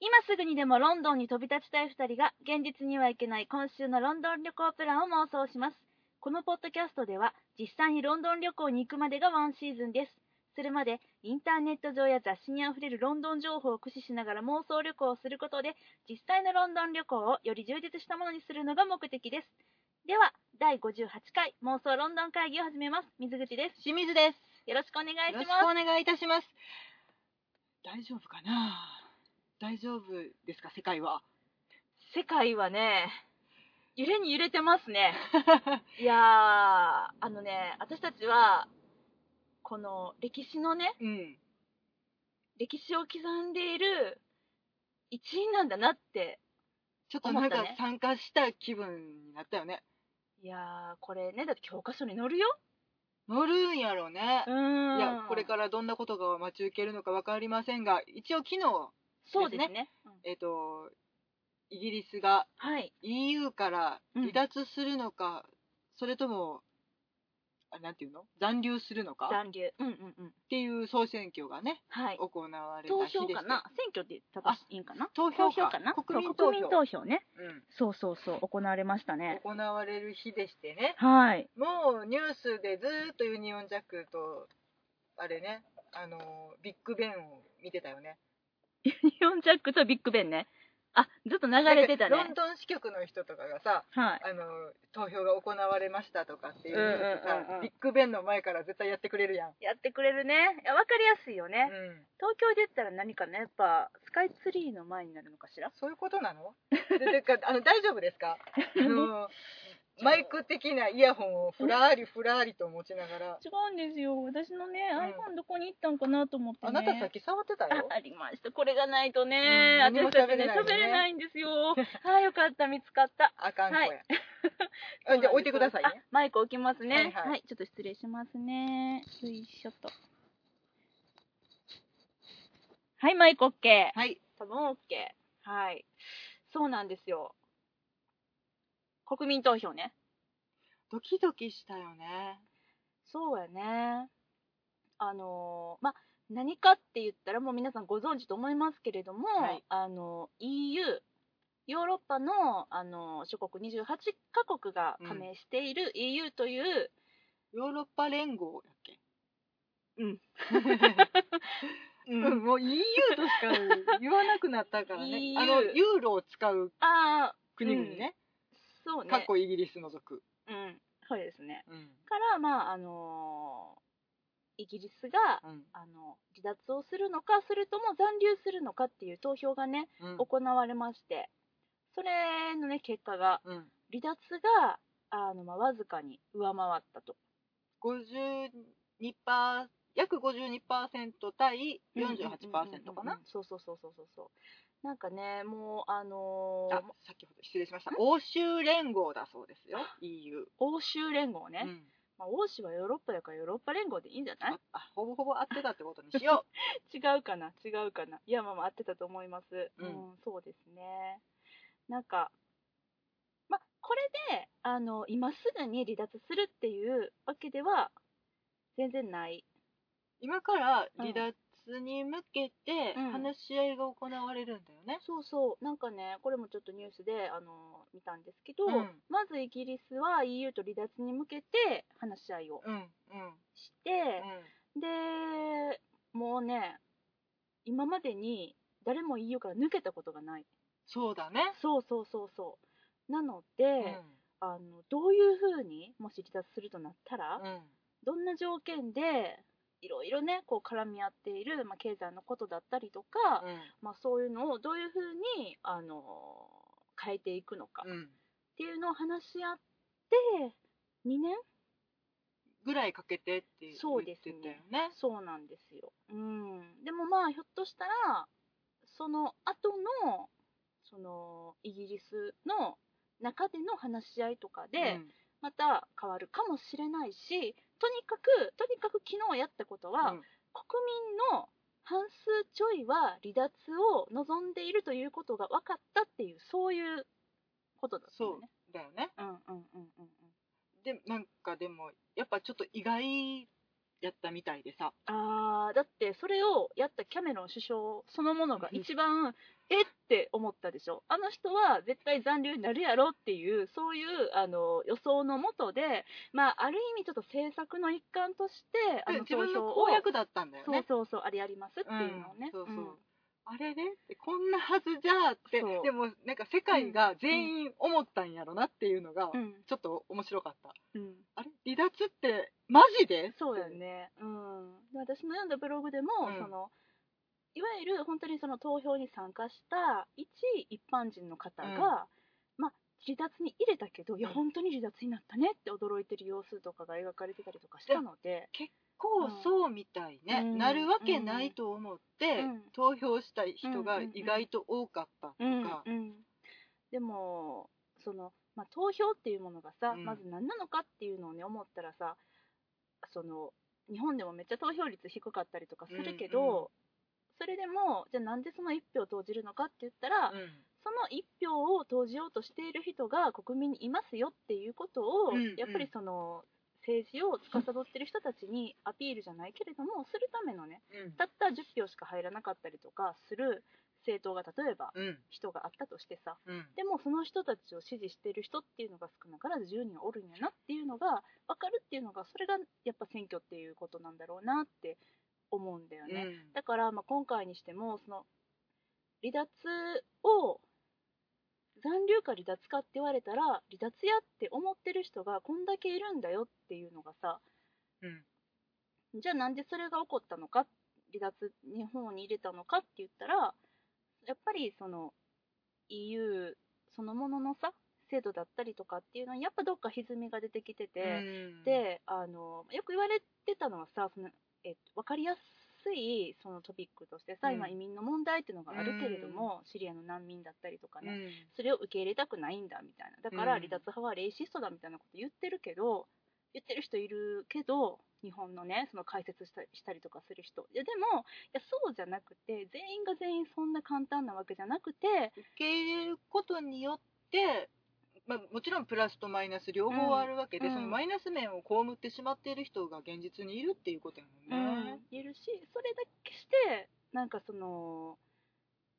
今すぐにでもロンドンに飛び立ちたい2人が現実には行けない今週のロンドン旅行プランを妄想しますこのポッドキャストでは実際にロンドン旅行に行くまでがワンシーズンですそれまでインターネット上や雑誌にあふれるロンドン情報を駆使しながら妄想旅行をすることで実際のロンドン旅行をより充実したものにするのが目的ですでは第58回妄想ロンドン会議を始めます水口です清水です。よろしくお願いよしろしくまお願いいたします。大丈夫かな大丈夫ですか、世界は。す世界はね揺れに揺れてますねいやーあのね私たちはこの歴史のねうん。歴史を刻んでいる一員なんだなってちょっとなん思かったね参加した気分になったよね。いやーこれねだって教科書に載るよ乗るんやろうね。んいや、これからどんなことが待ち受けるのか分かりませんが、一応昨日、そうですねうんえっ、と、イギリスがはい、 EU から離脱するのか、それとも、あなんていうの残留するのかっ残留うんうんうんていう総選挙がね、はい行われた投日票でしかたな選挙って正しいんかな投票かかな国民そう投票国民投票ねうんそうそうそう行われましたね行われる日でしてね、はいもうニュースでずーっとユニオンジャックと、あれね、あのービッグベンを見てたよね。ユニオンジャックとビッグベンねあずっと流れてたねなんかロンドン支局の人とかがさ、はいあのー投票が行われましたとかっていううんうんニュースさ、うんうんビッグベンの前から絶対やってくれるやん。やってくれるねいやわかりやすいよね、うん東京で言ったら何かねやっぱスカイツリーの前になるのかしらそういうことなのでてかあの大丈夫ですか、あ のーマイク的なイヤホンをふらーりふらーりと持ちながら、違うんですよ私のねう iPhone どこに行ったんかなと思って、ねあなたさっき触ってたよあ。ありましたこれがないとね、うん何も私たちね喋れないよね喋れないんです よああよかった見つかったあかん子や。はい あじゃあ置いてくださいあね。マイク置きますねははいい、はいちょっと失礼しますねよいしょっとはいマイク OK はい。多分 OK はいそうなんですよ国民投票ねドキドキしたよね。そうやねあのーまあ何かって言ったらもう皆さんご存知と思いますけれども、はいあの EU ヨーロッパのあの諸国28カ国が加盟している EU という、ヨーロッパ連合やっけ。うん。うん、 もう EU としか言わなくなったからね。 EU あのユーロを使うああ国々ね。そうねかっこイギリス除く。うんそうですねうん。からまああのーイギリスがあの離脱をするのかそれとも残留するのかっていう投票がねうん。行われましてそれのね結果がうん。離脱があの、まあ、わずかに上回ったと52パー約52%対48%かな、うんうんうんそうそうそうそうそうそうなんかねもうあのーあ先ほど失礼しました欧州連合だそうですよ EU、欧州連合ね、うんまあ、欧州はヨーロッパだからヨーロッパ連合でいいんじゃないああほぼほぼ合ってたってことにし よ違うかな違うかないやまあまあ合ってたと思いますううんん、そうですねなんかまあこれであの今すぐに離脱するっていうわけでは全然ないう今から離脱に向けてうん話し合いが行われるんだよね、そうそうなんかねこれもちょっとニュースであの見たんですけど、うんまずイギリスは EU と離脱に向けて話し合いをうんうんして、でもうね今までに誰も EU から抜けたことがないそうだね、そうそうそうそうなので、うんあのどういうふうにもし離脱するとなったら、うんどんな条件でいろいろねこう絡み合っている、まあ、経済のことだったりとか、まあ、そういうのをどういうふうにあの変えていくのかっうんうんていうのを話し合って2年ぐらいかけてって言ってたそうよですねねそうなんですよ、うん、でもまあひょっとしたらその後のそのイギリスの中での話し合いとかで、うんまた変わるかもしれないしとにかくとにかく昨日やったことは、うん国民の半数ちょいは離脱を望んでいるということが分かったっていうそういうことだったんだよね。だよねうんうんうんうんうんでなんかでもやっぱちょっと意外やったみたいでさあーだってそれをやったキャメロン首相そのものが一番えって思ったでしょあの人は絶対残留になるやろっていうそういうあの予想のもとで、まあ、ある意味ちょっと政策の一環としてあの自投分票のを公約だったんだよそうねそうそうあれやりますっていうのをね、うんそうそううんあれねってこんなはずじゃってそうでもなんか世界が全員思ったんやろなっていうのがうんちょっと面白かった、うんあれ離脱ってマジでそうだよね、うん、で私の読んだブログでも、うんそのいわゆる本当にその投票に参加した一一般人の方が、うんまあ離脱に入れたけどいやうん本当に離脱になったねって驚いてる様子とかが描かれてたりとかしたので、こうそうみたいね、うんなるわけないと思って、うん投票した人が意外と多かったとか、うんうん、でもその、まあ、投票っていうものがさ、うんまず何なのかっていうのをね思ったらさその日本でもめっちゃ投票率低かったりとかするけど、うんうそれでもじゃあなんでその1票を投じるのかって言ったら、うんその1票を投じようとしている人が国民にいますよっていうことを、うんうんやっぱりその政治を司っている人たちにアピールじゃないけれどもするためのねうんたった10票しか入らなかったりとかする政党が例えばうん人があったとしてさうんでもその人たちを支持してる人っていうのが少なからず10人おるんやなっていうのが分かるっていうのがそれがやっぱ選挙っていうことなんだろうなって思うんだよね。だから、まあ、今回にしてもその離脱を残留か離脱かって言われたら離脱やって思ってる人がこんだけいるんだよっていうのがさうんじゃあなんでそれが起こったのか離脱日本に入れたのかって言ったらやっぱりその EU そのもののさ制度だったりとかっていうのにやっぱどっか歪みが出てきてて。うんであのよく言われてたのはさその、えっと、分かりやすいそのトピックとしてさ、うん今移民の問題っていうのがあるけれども、シリアの難民だったりとかうね、んそれを受け入れたくないんだみたいなだからうん離脱派はレイシストだみたいなこと言ってるけど言ってる人いるけど日本のねその解説したしたりとかする人いやでもいやそうじゃなくて全員が全員そんな簡単なわけじゃなくて受け入れることによって、まあ、もちろんプラスとマイナス両方あるわけで、うんそのマイナス面を被ってしまっている人が現実にいるっていうことやもんね。いるしそれだけしてなんかその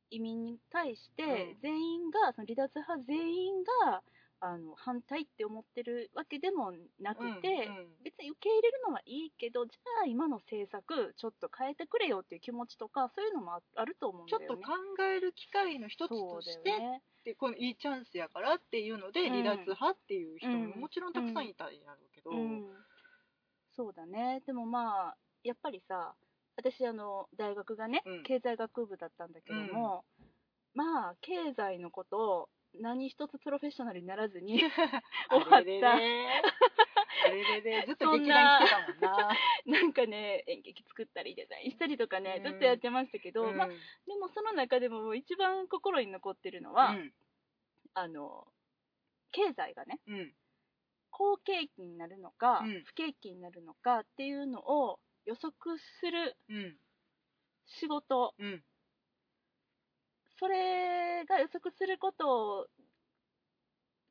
移民に対しうてん全員が、その離脱派全員があの反対って思ってるわけでもなくて、別に受け入れるのはいいけどじゃあ今の政策ちょっと変えてくれよっていう気持ちとかそういうのもああると思うんちだょよっね。と考える機会の一つとしそうて、だよねでこのいいチャンスやからっていうのでうん離脱派っていう人もうんもちろんたくさんいたんやろうけど、うん、そうだねでもまあやっぱりさ私あの大学がね、うん経済学部だったんだけども、まあ経済のことを何一つプロフェッショナルにならず にあれれれあれれれずっと劇団来てたもんな。なんかね演劇作ったりデザインしたりとかね、うんずっとやってましたけど、うんまあ、でもその中でも一番心に残ってるのは、うんあの経済がねうん好景気になるのか、うん不景気になるのかっていうのを予測するうん仕事うんそれが予測することを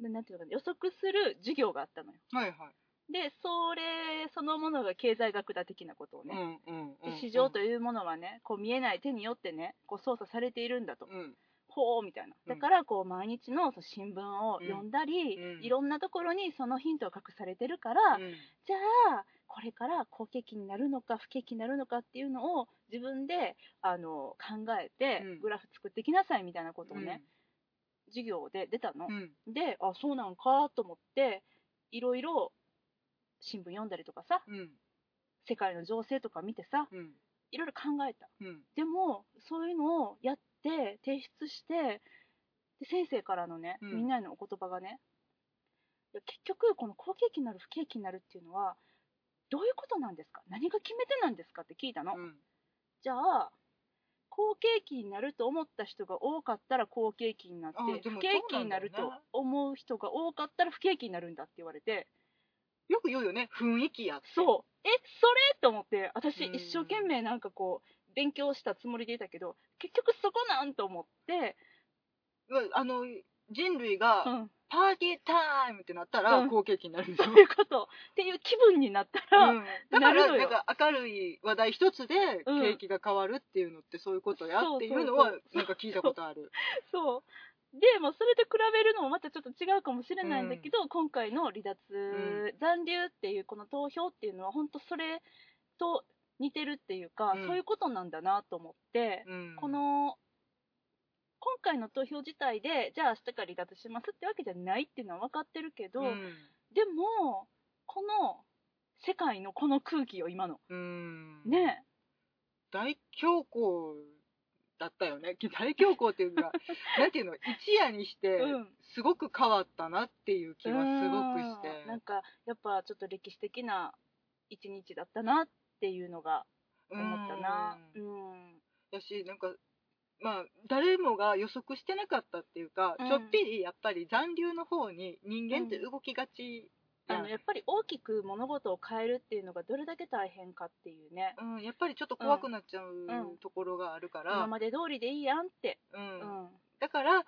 ななんていうのかな予測する授業があったのよはいはい。でそれそのものが経済学だ的なことをうね、んうんうでん市場というものはねこう見えない手によってねこう操作されているんだと、うんほうみたいなうんだからこう毎日のその新聞を読んだり、うんうんいろんなところにそのヒントが隠されてるから、うんじゃあこれから好景気になるのか不景気になるのかっていうのを自分であの考えてうんグラフ作ってきなさいみたいなことをね、授業で出たのう、んであそうなんかと思っていろいろ新聞読んだりとかさうん世界の情勢とか見てさうんいろいろ考えたうんでもそういうのをやって提出してで先生からのねうんみんなへのお言葉がね、いや結局この好景気になる不景気になるっていうのはどういうことなんですか何が決め手なんですかって聞いたの、うんじゃあ好景気になると思った人が多かったら好景気になってあで不も景気になるそうとなんだよね思う人が多かったら不景気になるんだって言われてよく言うよね雰囲気やってそうえそれと思って私うん一生懸命なんかこう勉強したつもりでいたけど結局そこなんと思って、まああの人類がうん パーティータイムってなったら、うん好景気になるんですそうよ。いうことっていう気分になったら、うんだかなるのら、よなんか明るい話題一つでうん景気が変わるっていうのってそういうことやそうっていうのそはう、なんか聞いたことある。そうでもうそれと比べるのもまたちょっと違うかもしれないんだけど、今回の離脱、う残留っていうこの投票っていうのは本当それと似てるっていうか、うんそういうことなんだなと思って、うんこ、の今回の投票自体でじゃあ明日から離脱しますってわけじゃないっていうのは分かってるけど、うんでもこの世界のこの空気よ今のうんね大恐慌だったよね 大恐慌ってい うかなんていうの一夜にしてうんすごく変わったなっていう気はすごくして、うんなんかやっぱちょっと歴史的な一日だったなっていうのが思ったなうんうんだしなんかまあ誰もが予測してなかったっていうか、うんちょっぴりやっぱり残留の方に人間って動きがちあやん、のやっぱり大きく物事を変えるっていうのがどれだけ大変かっていうねうん、やっぱりちょっと怖くなっちゃううんところがあるから、今まで通りでいいやんってうんうんだから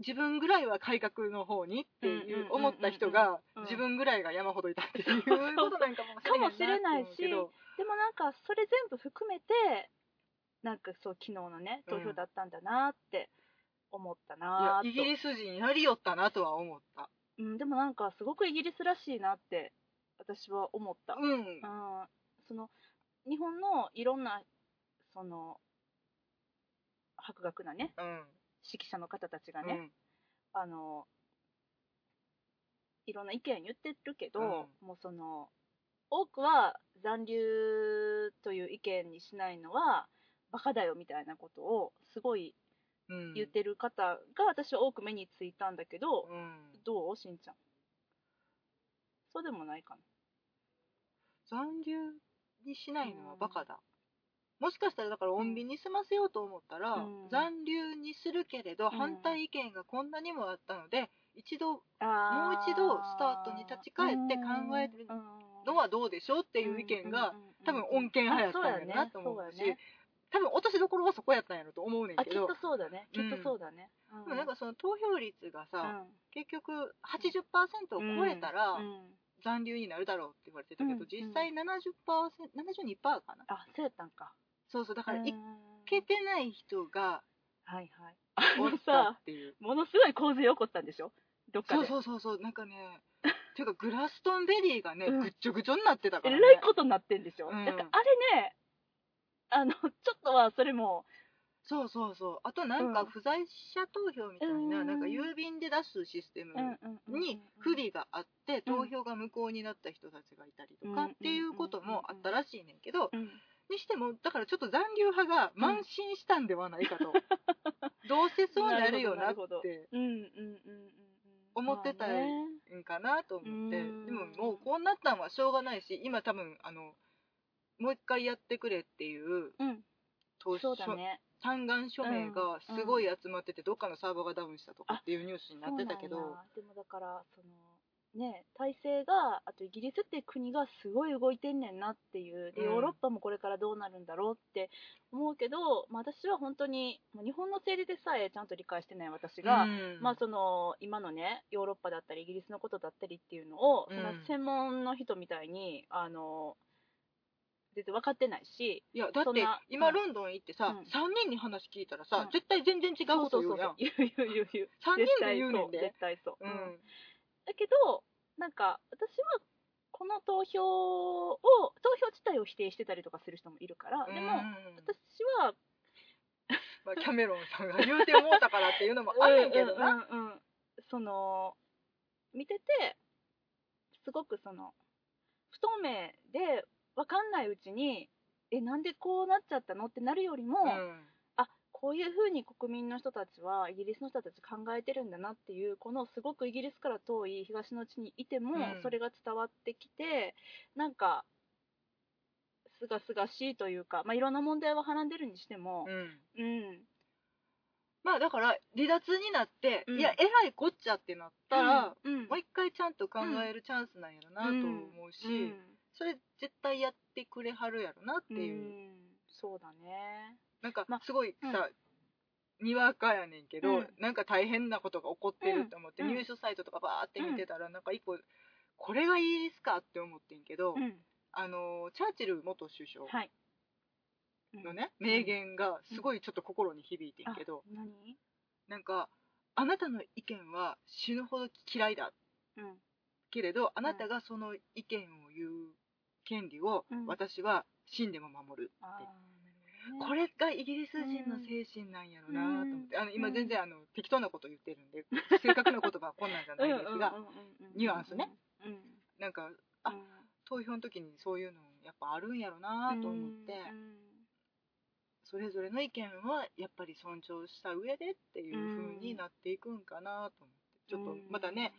自分ぐらいは改革の方にってういんうんうんうんう思った人がうん自分ぐらいが山ほどいたっていうそうそうことなんかもかもしれないしれへんなって思うでもなんかそれ全部含めてなんかそう昨日のね投票だったんだなって思ったけどいやなとイギリス人やりよったなとは思ったうん、でもなんかすごくイギリスらしいなって私は思った、うんうん、その日本のいろんなその博学なねうん指揮者の方たちがうね、んあのいろんな意見言ってるけど、もうその多くは残留という意見にしないのはバカだよみたいなことをすごいうん言ってる方が私は多く目についたんだけど、うんどうしんちゃんそうでもないかな残留にしないのはバカだもしかしたらだから穏便に済ませようと思ったら、うん残留にするけれどん反対意見がこんなにもあったので一度ももう一度スタートに立ち返って考えるのはどうでしょうってていう意見が多分穏健派やったんやなと思うし多分落としどころはそこやったんやろと思うねんあけきっとどそうだねきうんっとそうだねうでもなんかその投票率がさ、うん結局80%を超えたらうん残留になるだろうって言われてたけど、うん実際 70%72% かなあそうやったんかそうそうだからうんいけてない人がはいはいおったっ ていうものすごい洪水起こったんでしょどっかそうでそうそうそうなんかねていうかグラストンベリーがねうんぐっちょぐちょになってたえからねらいことになってんでしょうだんからあれねあのちょっとはそれもそうそうそうあとなんうかん不在者投票みたいな,、うんなんか郵便で出すシステムに不備があってうん投票が無効になった人たちがいたりとうかんっていうこともあったらしいねんけどうんにしてもだからちょっと残留派が慢心したんではないか と、どうせそうなるよなっなるほどなてうんうんうんうんうん思ってたまあねうんかなと思ってうでんももうこうなったのはしょうがないし今多分あのもう一回やってくれっていううん投そうだね嘆願署名がすごい集まってて、どっかのサーバーがダウンしたとかっていうニュースになってたけどそうなんやでもだからそのね体制があとイギリスって国がすごい動いてんねんなっていうでうんヨーロッパもこれからどうなるんだろうって思うけど、まあ、私は本当にもう日本の政治でさえちゃんと理解してない私が、うんまあ、その今のねヨーロッパだったりイギリスのことだったりっていうのを、うんその専門の人みたいにあの全然分かってないしいやだっそんてなう今んロンドン行ってさ、うん三3人に話聞いたらうさん、絶対全然違うこと言うやん言う言う言う言う3絶人で対言うねそんうで絶対そう、うんうんだけどなんか私はこの投票を投票自体を否定してたりとかする人もいるから、でうんも私はまあ、キャメロンさんが言うてもうたからっていうのもあるんけどな、うんうんうんその見ててすごくその不透明で分かんないうちにえなんでこうなっちゃったのってなるよりも、うんあこういうふうに国民の人たちはイギリスの人たち考えてるんだなっていうこのすごくイギリスから遠い東の地にいても、うんそれが伝わってきてなんかすがすがしいというか、まあ、いろんな問題ははらんでるにしても、うんうんまあだから離脱になって、うんいやえらいこっちゃってなったら、うんうんもう一回ちゃんと考えるチャンスなんやろなと思うし、うんそれ絶対やってくれはるやろなっていう、んそうだねなんかまあすごいさ、うんにわかやねんけど、うんなんか大変なことが起こってると思って、うん入手サイトとかバーって見てたら、なんか一個これがイギリスかって思ってんけど、うんあのチャーチル元首相はいのね、名言がすごいちょっと心に響いてんけど、あ何なんか「あなたの意見は死ぬほど嫌いだうんけれどあなたがその意見を言う権利をうん私は死んでも守る」あーなこるれがイギリス人の精神なんやろなと思って、うんあの今うん全然あの適当なこと言ってるんで正確な言葉はこんなんじゃほないどんねです が、うんうんうんうんニュアンスねうんうんなんかあうん投票の時にそういうのやっぱあるんやろなと思って、うんそれぞれの意見はやっぱり尊重した上でっていう風になっていくんかなと思って、ちょっとまたね、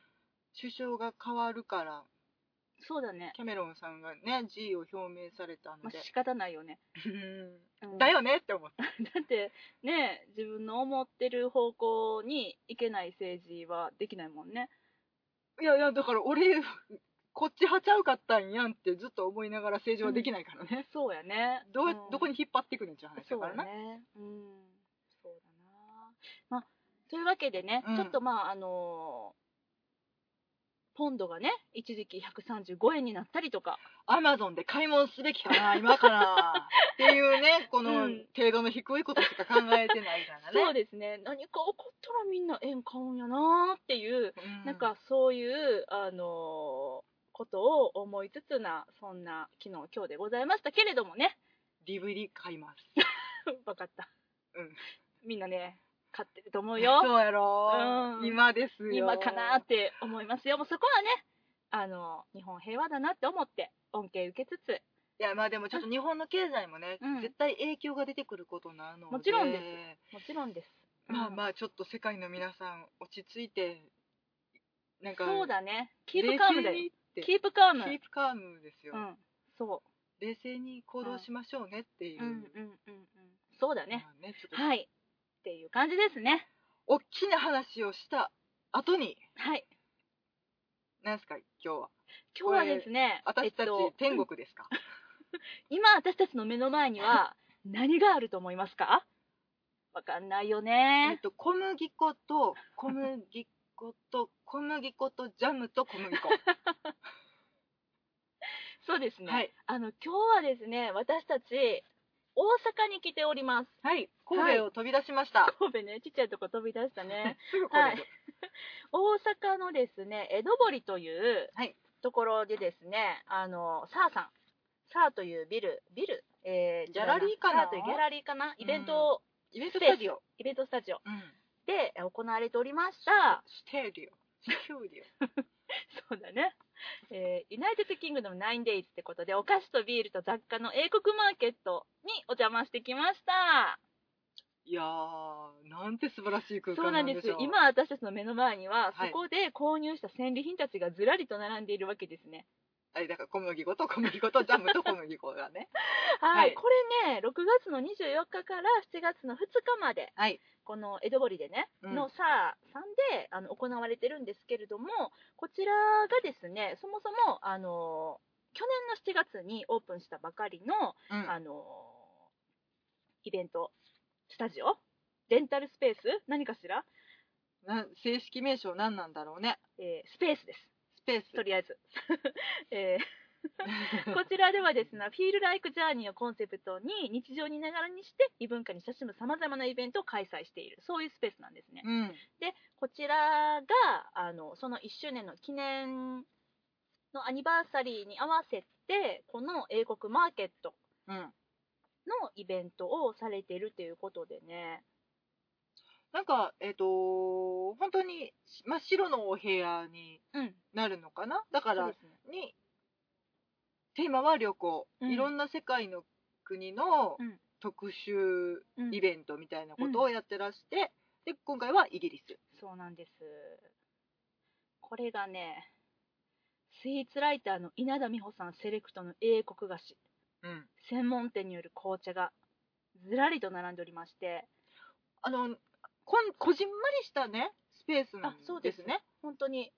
首相が変わるからそうだねキャメロンさんがね G を表明されたまのあで、仕方ないよね、うんだよねって思って だってね自分の思ってる方向に行けない政治はできないもん ねいやいやだから俺こっち派ちゃうかったんやんってずっと思いながら政治はできないからね、そうやねどうやんどこに引っ張ってくねんっていう話そだうかだらな、ねうんそうだなまあというわけでね、うんちょっとまああのーポンドがね一時期135円になったりとかアマゾンで買い物すべきか な今からっていうねこのうん程度の低いことしか考えてないからねそうですね何か起こったらみんな円買うんやなーっていう、うんなんかそういうあのーことを思いつつなそんな昨日今日でございましたけれどもね DVD 買います分かった、うんみんなね買ってると思うよそうやろ、うん今ですよ今かなって思いますよもうそこはねあの日本平和だなって思って恩恵受けつついやまあでもちょっと日本の経済もね、うん絶対影響が出てくることなのでもちろんですもちろんですまあまああちょっと世界の皆さん落ち着いてなんかそうだねキープカームだ冷よ静にってキープカームキープカームですよ、うんそ冷静に行動しましょうねっていうう、うんうんうんうんそうだねまあねちょっとはいっていう感じですね大きな話をした後にはい何すか今日は今日はですね私たえっち、と天国ですか、今私たちの目の前には何があると思いますかわかんないよえっねと小麦粉と小麦粉と小麦粉とジャムと 小麦粉そうですね、はいあの今日はですね私たち大阪に来ておりますはい神戸を飛び出しました、神戸ねちっちゃいとこ飛び出したねすぐ神戸、はい大阪のですね江戸堀というはいところでですね、あのサーさんサーというビルビル、えーギャラリーかなサーというギャラリーかなイベント、イベントススペータスジオイベントスタジオうんでえー行われておりましたステリオステリそうだね、えー、ユナイテッドキングダム 9days ってことでお菓子とビールと雑貨の英国マーケットにお邪魔してきましたオいやーなんて素晴らしい空そうな間なんんでですしょう今私たちの目の前にははいそこで購入した戦利品たちがずらりと並んでいるわけですねあれだから小麦粉と小麦粉とジャムと小麦粉 がねは、はいいこれね、6月の24日から7月の2日まで、はいこの江戸堀でね、うんのささんであの行われてるんですけれども、こちらがですね、そもそも、あの去年の7月にオープンしたばかりの、うんあのイベント、スタジオ、レンタルスペース、何かしら、なん正式名称何なんだろうねえースペースです、スペースとりあえず。 えー こちらではですね、Feel Like Journey をコンセプトに日常にながらにして異文化に親しむさまざまなイベントを開催している、そういうスペースなんですね。うんこちらがあのその1周年の記念のアニバーサリーに合わせて、この英国マーケットうんのイベントをされているということでね、なんかえっ、と本当に真っ白のお部屋にうん、なるのかなだそかうらですね。にテーマは旅行、うんいろんな世界の国のうん特集うんイベントみたいなことをやってらして、で今回はイギリスそうなんです。これがね、スイーツライターの稲田美穂さんセレクトの英国菓子。うん専門店による紅茶がずらりと並んでおりましてあのこんこじんまりしたねスペースなんあそうでですすね本当に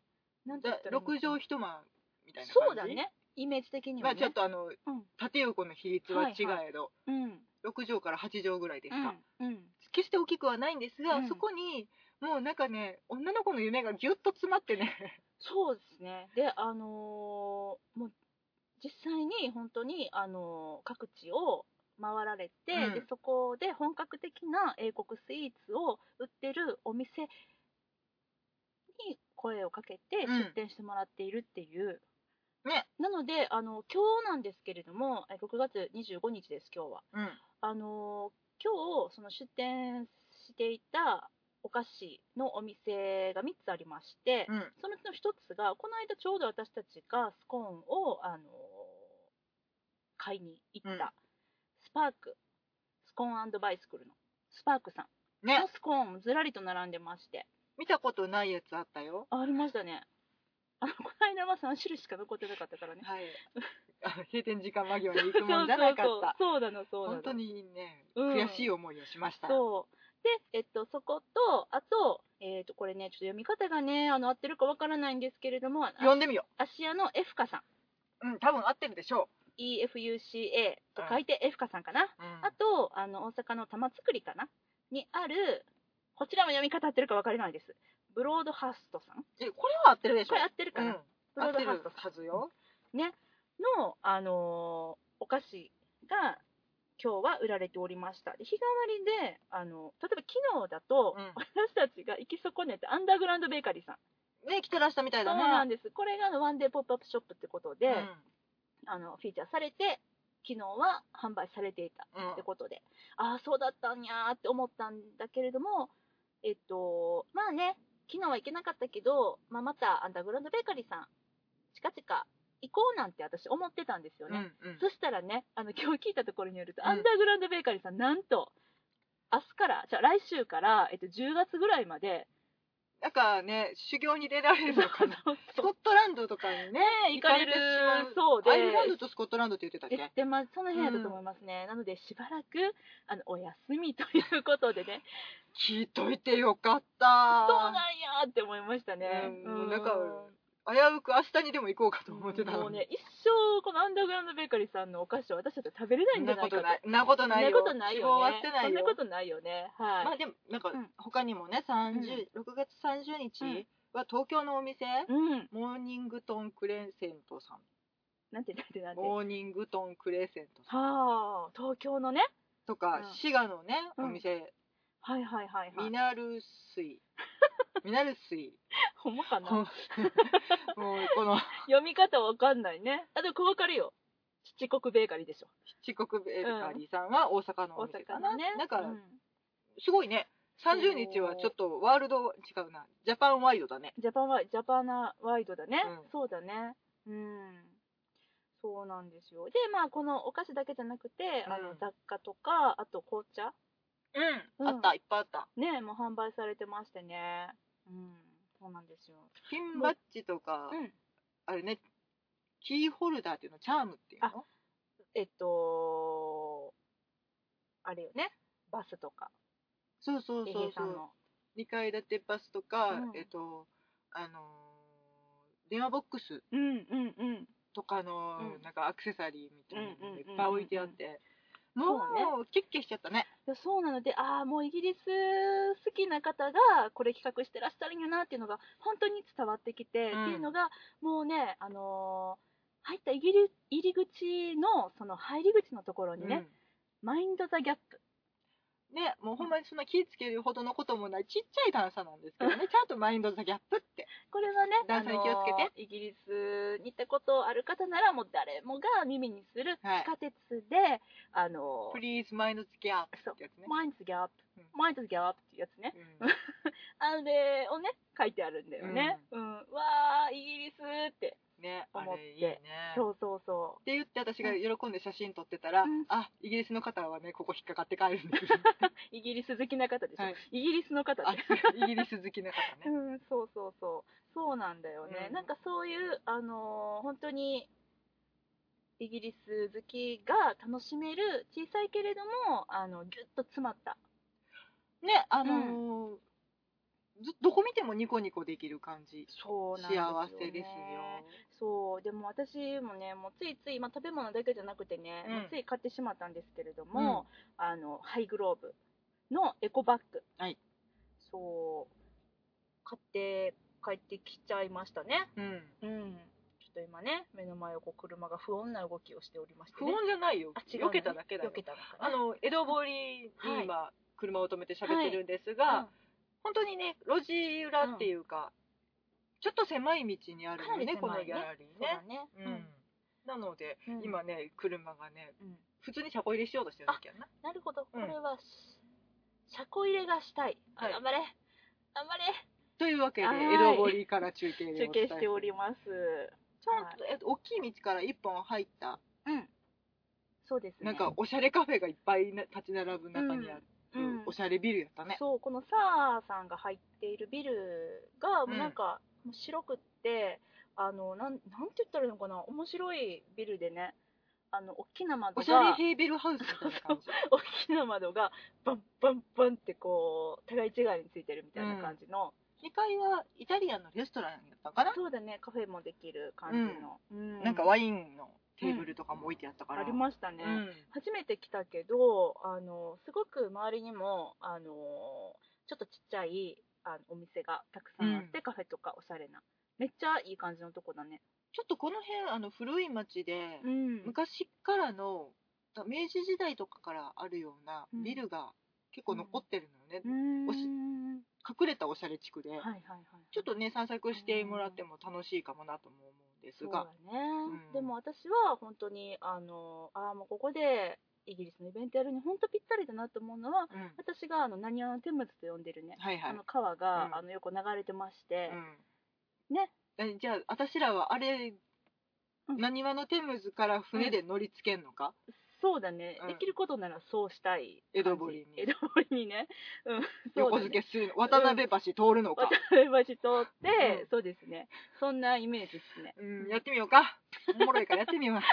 何て言ったらいいのか6な畳一間みたいな感じそうだねイメージ的にまはあね、ちょっとあの、うん縦横の比率は違えど、うん6畳から8畳ぐらいですか、うんうん決して大きくはないんですが、うんそこにもうなんかね女の子の夢がギュッと詰まってねそうですね。で、あのーもう実際に本当に、あのー各地を回られて、うんでそこで本格的な英国スイーツを売ってるお店に声をかけてうん出店してもらっているっていう。ねなので、あの今日なんですけれども、え6月25日です、今日は。うんあのー今日その出店していたお菓子のお店が3つありまして、うんそのうちの一つが、この間ちょうど私たちがスコーンを、あのー買いに行った、うんスパーク、スコーンバイスクルのスパークさんねのスコーンもずらりと並んでまして、見たことないやつあったよあありましたね。あのこの間は3種類しか残ってなかったからね。はいあの閉店時間間際に行くもんじゃなかったそうそうそうそうなの、そうなの。本当にね、うん悔しい思いをしましたそう。で、えっと、そこと、あと、えっと、これね、ちょっと読み方がね、あの、合ってるかわからないんですけれども、あ呼んでみよ芦屋のエフカさん。ううん多分合ってるでしょ EFUCA と書いて F カさんかな、う、うんあとあの大阪の玉造りかなにあるこちらも読み方合ってるか分からないですブロードハーストさんえこれは合ってるでしょこれ合ってるかうな、んブ合ロっードてハーストさるはずよんの、あのーお菓子が今日は売られておりましたで日替わりであの例えば昨日だと、うん私たちが行き損ねたアンダーグラウンドベーカリーさんね来てらしたみたそいうだねなんですこれがあのワンデーポップアップショップってことで、うあのフィーチャーされて昨日は販売されていたんうんってことで、ああ、そうだったんやーって思ったんだけれども、えっと、まあね、昨日は行けなかったけど、まあ、またアンダーグラウンドベーカリーさん、近々行こうなんて私、思ってたんですよね。うんうんそしたらね、あの今日聞いたところによると、うんアンダーグラウンドベーカリーさん、なんと、明日から、じゃあ来週から、えっと、10月ぐらいまで、なんかね修行に出られるのかなスコ そうットランドとかにねね、行かれる行かれてしまそうでアイルランドとスコットランドって言ってたっけ言ってますその辺だと思いますね、なのでしばらくあのお休みということでね聞いといてよかっそたうなんやーって思いましたね、うんなんか危うく明日にでも行こうかと思ってたものうにね一生このアンダーグラウンドベーカリーさんのお菓子を私たちは食べれないそんんじゃななこいかとないそんなことないよそんなことないよね希望はしてないよそんなことないよねはい、まあでもなんかうん他にもね30、6月30日は東京のお店、うんモーニングトンクレンセントさんなんてなんてなんてモーニングトンクレンセントさんはあ東京のねとか、うん滋賀のねうんお店、はいはいはいはミいナル 水ミナル水ほんま かなもうこの読み方わかんないねあでもこれわかるよ七国ベーカリーでしょ七国ベーカリーさんは大阪の大お店かな、阪のねなんかうんすごいね30日はちょっとワールド違うなジャパンワイドだねジャパンワイジャパナワイドだね、うんそうだねうんそうなんですよでまあこのお菓子だけじゃなくて、あうのん雑貨とかあと紅茶うんうんあったいっぱいあったねもう販売されてましてねうんそうなんですよピンバッジとか、うんあれねキーホルダーっていうのチャームっていうのえっとあれよねバスとかそうそうエそヘうさそんうの2階建てバスとか、うんえっとあのー電話ボックスうんうんうんとかの、うんなんかアクセサリーみたいなのがいっぱい置いてあって、んうんうんうんもうキュッキュしちゃったねでそうなのでああもうイギリス好きな方がこれ企画してらっしゃるんやなっていうのが本当に伝わってきて、うんっていうのがもうねあのー入ったイギリ入り口のその入り口のところにね、マインド・ザ・ギャップね、もうほんまにそんな気ぃつけるほどのこともないちっちゃい段差なんですけ どね、ちゃんとマインドザギャップって。これはね段差に気をつけてあのーイギリスに行ったことある方ならもう誰もが耳にする地はい下鉄で、あのー Please マインドザギャップってやつね。マインド・ギャップうんマインド・ギャップっていうやつねうんあれをね書いてあるんだよね、うんわあイギリスってね、あ 思ってれいいね。っそうそうそうて言って私が喜んで写真撮ってたら、うんあ、イギリスの方はね、ここ引っかかって帰るんですよ。 イギリス好きな方でしょ、はいイギリスの方あで、イギリス好きな方う ね。ん、そうそうそうそうなんだよね、うんなんかそういうあのー本当にイギリス好きが楽しめる小さいけれどもあのギュッと詰まったね、あのーずどこ見てもニコニコできる感じそうなんですよ、ね、幸せですよそうでも私もねもうついつい、まあ、食べ物だけじゃなくてね、うんもうつい買ってしまったんですけれども、あのハイグローブのエコバッグ、はいそう買って帰ってきちゃいましたねうんうんちょっと今ね目の前をこう車が不穏な動きをしておりまして、不ね、穏じゃないよあ違うの避けただけだよ避けたのかあなの江戸堀に今車を止めて喋ってるんですが、うん本当にね路地裏っていうか、ちょっと狭い道にあるのねかなり狭いねこのギャラリーそうだねねうん、なので、うん今ね車がねうん、うん普通に車庫入れしようとしてるわけやななるほど、うんこれはし車庫入れがしたい、あはい頑張れ頑張れというわけではい江戸堀から中継で中お伝え継しておりますちょっとえっと大きい道から一本入ったうんそうですねなんかおしゃれカフェがいっぱいな立ち並ぶ中にあうる、んおしゃれビルやったねそうこのサーさんが入っているビルがうんもうなんかもう白くって、あのなんなんて言ったらいいのかな面白いビルでねあの大きな窓おしゃれがヘーベルハウスみたいな感じ大きな窓がバンバンバンってこう互い違いについてるみたいな感じの、 2階はイタリアンのレストランやったかな、そうだねカフェもできる感じの、うなんかあワインのテーブルとかも置いてあったから、りましたね、うん初めて来たけどあのすごく周りにもあのちょっとちっちゃいあのお店がたくさんあって、カフェとかおしゃれなめっちゃいい感じのとこだねちょっとこの辺あの古い町で、うん昔からの明治時代とかからあるようなビルが結構残ってるのよね、うんおし隠れたおしゃれ地区で、はいはいはいちょっとね散策してもらっても楽しいかもなとも思うんですそうがだね、うんでも私は本当にあのあーもうここでイギリスのイベントやるに本当ぴったりだなと思うのはうん、私があの何屋のテムズと呼んでるね、はいはいあの川が、うんあの横流れてまして、うんねえじゃあ私らはあれうんなにわのテムズから船で乗りつけんのか、そうだね、うんできることならそうしたい江戸堀に江戸堀にね、 うん、そう横だ付 ねけするの渡辺橋通るのか、渡辺橋通って、うんそうですねそんなイメージですねうん、やってみよ うかおもろいからやってみます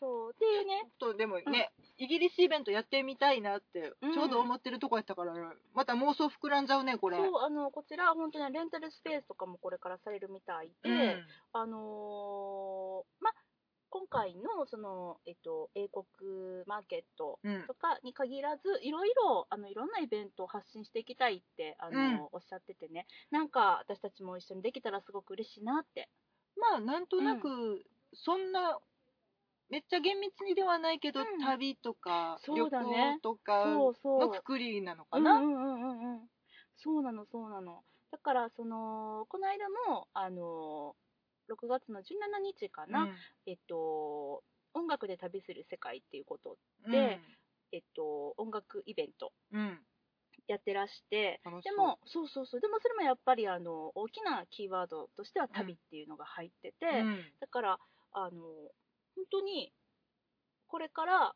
そうっていうねちょっとでもね、イギリスイベントやってみたいなってうんちょうど思ってるとこやったから、また妄想膨らんじゃうねこれそうあのこちら本当にレンタルスペースとかもこれからされるみたいで、うんあのーま今回のその、えっと、英国マーケットうんとかに限らずいろいろあのいろんなイベントを発信していきたいってあの、うんおっしゃっててねなんか私たちも一緒にできたらすごく嬉しいなってまあなんとなく、そんなめっちゃ厳密にではないけど、うん旅とか、そ旅う行だねとかそうそうのくくりなのかうんな、うんうんうんうんそうなのそうなのだからそのこの間もあの6月の17日かな、えっと音楽で旅する世界っていうことうんでえっと音楽イベントうんうんやってらして楽しでそうもそうそうそうでもそれもやっぱりあの大きなキーワードとしては旅っていうのが入ってて、うんだからあの本当にこれから